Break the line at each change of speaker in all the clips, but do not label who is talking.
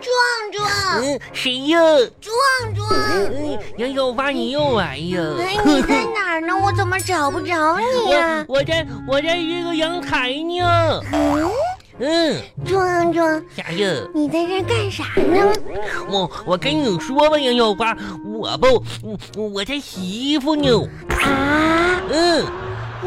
壮壮，
嗯，谁呀？
壮壮，
嗯，杨小发，你又来呀？
哎，你在哪儿呢？我怎么找不着你呀
我、我在我在这个阳台呢。
嗯，
嗯，
壮壮，
啥呀？
你在这儿干啥呢？
我我跟你说吧，杨小花，我不，我我在洗衣服呢。
啊，
嗯，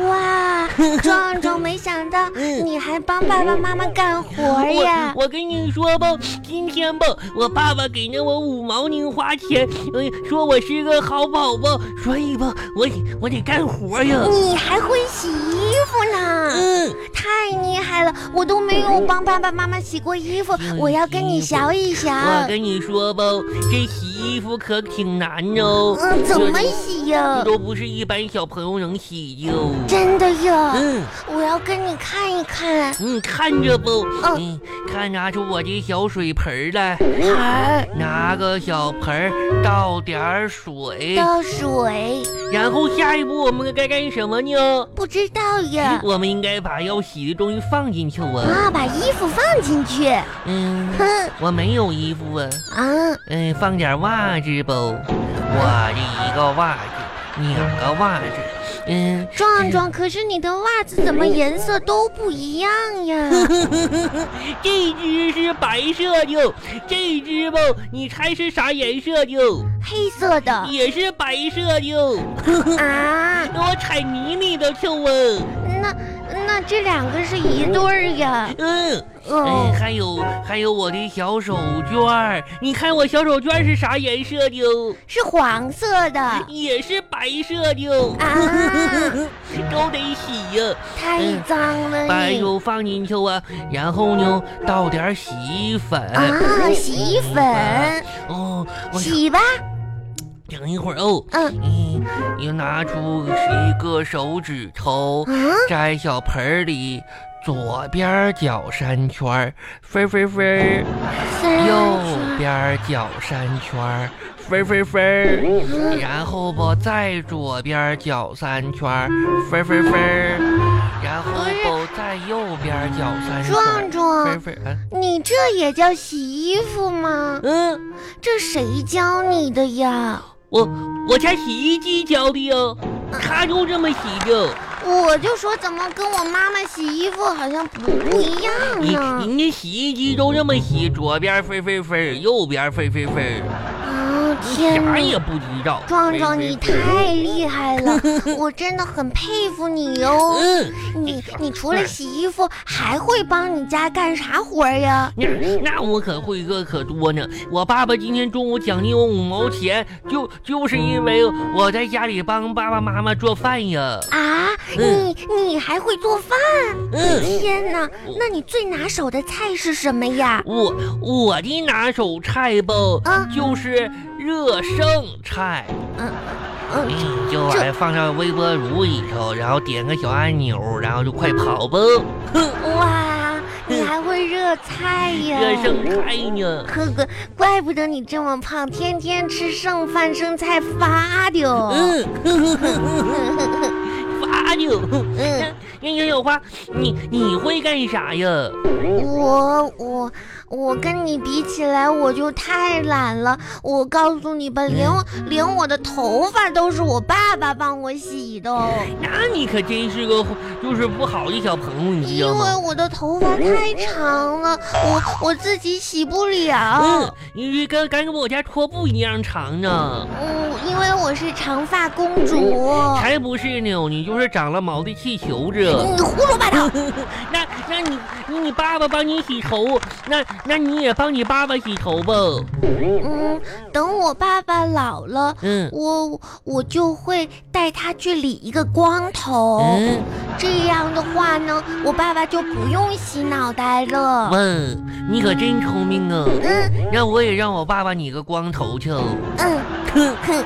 哇，壮壮，没想到
嗯
你还帮爸爸妈妈干活呀！
我我跟你说吧，今天吧，我爸爸给了我五毛零花钱，嗯，说我是个好宝宝，所以吧，我得我得干活呀。
你还会洗衣服呢，
嗯，
太厉害了！我都没有帮爸爸妈妈洗过衣服
嗯，
我要跟你学一学。
我跟你说吧，这洗衣服可挺难哦。
嗯，怎么洗呀？
都不是一般小朋友能洗的哦。
真的呀，
嗯，
我要跟你看一看。
你看着不？
嗯
嗯，看拿出我这小水盆儿来，
盆
拿个小盆儿倒点儿水，
倒水，
然后下一步我们该干什么呢？
不知道呀。
我们应该把要洗的东西放进去啊。
啊啊，把衣服放进去。
嗯，
哼
我没有衣服啊。
啊，
嗯，放点袜子不？我这一个袜子，两个袜子。嗯，
壮壮，可是你的袜子怎么颜色都不一样呀？
这只是白色的，这只吧，你猜是啥颜色的？
黑色的
也是白色的，
啊？
我踩泥里头去啊。
那那这两个是一对儿呀？
嗯，嗯，
哦，
还有还有我的小手绢儿，你看我小手绢儿是啥颜色的？
是黄色的啊！
也是白色的，都得洗呀、
太脏了
把
你
油放进去啊，然后呢，倒点儿洗衣粉。
啊！洗衣粉，
哦，我
洗吧。
等一会儿哦。
嗯
嗯，你拿出一个手指头，
啊，
在小盆儿里左边搅三圈儿，飞飞飞；
三
右边搅三圈儿，飞飞飞。
嗯
然后吧，再左边搅三圈儿，飞飞飞。然后吧，再右边搅三圈
壮
儿，
壮
飞，飞。啊
你这也叫洗衣服吗？
嗯，
这谁教你的呀？
我我家洗衣机教的哟，它就这么洗的。
我就说怎么跟我妈妈洗衣服好像不不一样
你
呢？
你那洗衣机都这么洗，左边飞飞飞，右边飞飞飞，
啊
你
天
啥也
哪！
不知道。
壮壮，你
飞飞飞
太厉害了，我真的很佩服你哟、
嗯，
你你除了洗衣服，还会帮你家干啥活儿呀？
那那我可会个可多呢。我爸爸今天中午奖励我五毛钱，就就是因为我在家里帮爸爸妈妈做饭呀。
啊，
嗯
你你还会做饭？
嗯，
天哪，那你最拿手的菜是什么呀？
我我的拿手菜吧，
啊
就是热剩菜。
嗯，
嗯，就把它放上微波炉里头，然后点个小按钮，然后就快跑吧。
哇，你还会热菜呀？
热剩菜呢。
呵呵，怪不得你这么胖，天天吃剩饭剩菜发的哦。
嗯，发就。那
嗯，
那杨小花，你你会干啥呀？
我我我跟你比起来，我就太懒了。我告诉你吧，连我连我的头发都是我爸爸帮我洗的哦，
那你可真是个就是不好的小朋友，你知
因
道
为
吗？
我的头发太长了，我我自己洗不了啊
嗯。，你这跟跟我家拖布一样长呢，
嗯，因为我是长发公主。
才不是呢，你就是长了毛的气球子。
你嗯胡说八道！
那那你你你爸爸帮你洗头，那那你也帮你爸爸洗头吧。
嗯，等我爸爸老了，
嗯
我我就会带他去理一个光头，
嗯，
这样的话呢，我爸爸就不用洗脑袋了。
问你可真聪明啊！
嗯
让我也让我爸爸理个光头去。
嗯，哼哼，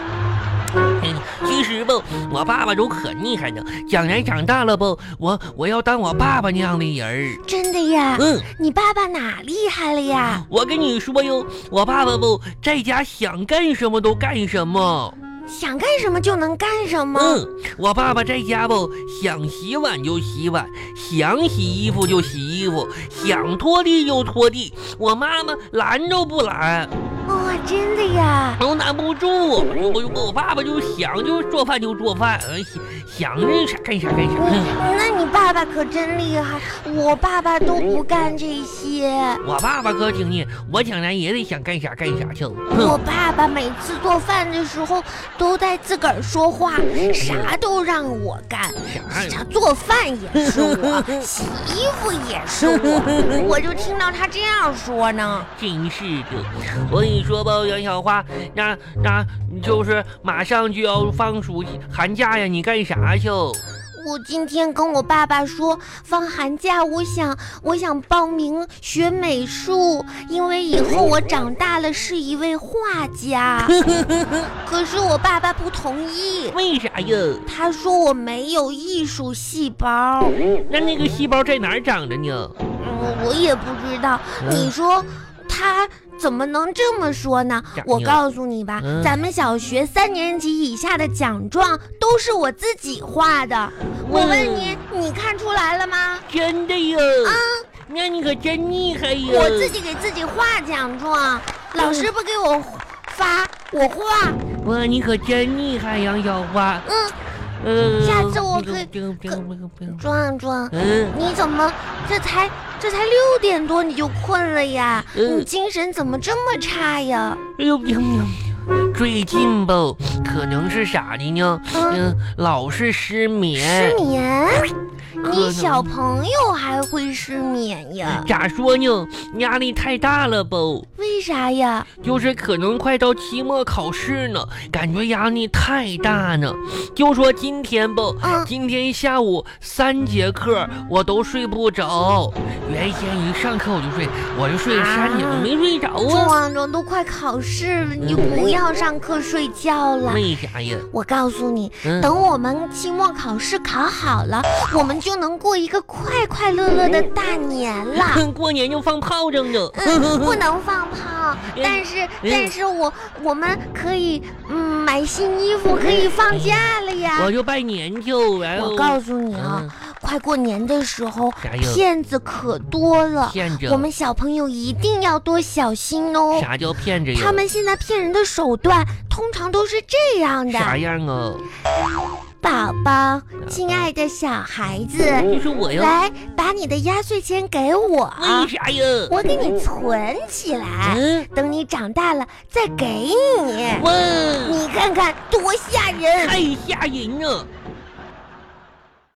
嗯，其实吧，我爸爸都可厉害呢。将来长大了吧，我我要当我爸爸那样的人儿。
真的呀？
嗯，
你爸爸哪厉害了呀？
我跟你说哟，我爸爸不在家想干什么都干什么。
想干什么就能干什么。
嗯，我爸爸在家吧，想洗碗就洗碗，想洗衣服就洗衣服，想拖地就拖地。我妈妈拦都不拦，
哇、真的呀！
都拦不住。我我我爸爸就想就做饭就做饭，呃想想那啥干啥干啥。嗯
嗯那你爸爸可真厉害，我爸爸都不干这些。
我爸爸哥听见，我想咱也得想干啥干啥去。
我
哼，
爸爸每次做饭的时候都在自个儿说话，
嗯
啥都让我干，
啥呀？
啥做饭也是我，洗衣服也是我，我就听到他这样说呢。
真是的，我跟你说吧，杨小花，那那就是马上就要放暑寒假呀，你干啥去？
我今天跟我爸爸说，放寒假我想我想报名学美术，因为以后我长大了是一位画家。可是我爸爸不同意，
为啥呀？
他说我没有艺术细胞。
那那个细胞在哪儿长着呢？
嗯，我也不知道。
嗯
你说他怎么能这么说呢
讲？
我
究
告诉你吧，
嗯
咱们小学三年级以下的奖状都是我自己画的。我问你，
嗯
你看出来了吗？
真的呀？那你可真厉害呀！
啊我自己给自己画奖状，老师不给我发，我画。
哇，你可真厉害，杨小花。
嗯，
呃，
下次我可以
不用不用不用不用不用
壮壮，
嗯，
你怎么这才这才六点多你就困了呀？
嗯
你精神怎么这么差呀？
哎呦，喵喵喵最近吧，可能是啥的呢？
嗯，
嗯，老是失眠。
失眠。
可
你
能
小朋友还会失眠呀？
咋说呢？压力太大了吧？
为啥呀？
就是可能快到期末考试呢，感觉压力太大呢。就说今天吧，
嗯
今天下午三节课我都睡不着。原先一上课我就睡，我就睡三点，我没睡着啊。
壮壮都快考试了，你不要上课睡觉了。
为啥呀？
我告诉你，
嗯，
等我们期末考试考好了，我们就能过一个快快乐乐的大年了。
哼 过年就放炮仗呢。
嗯，不能放炮，
嗯
但是
嗯
但是我我们可以嗯买新衣服，可以放假了呀
我。就嗯拜年去，然后
我告诉你啊，快过年的时候
啥，呀
骗子可多了。
骗子，
我们小朋友一定要多小心哦。
啥叫骗子呀？
他们现在骗人的手段通常都是这样的：
啥样啊？
宝宝，亲爱的小孩子，
就是我呀。
来把你的压岁钱给我，啊
为啥哎呀？
我给你存起来，
嗯，
等你长大了再给你。
哇，
你看看多吓人！啊
太吓人了！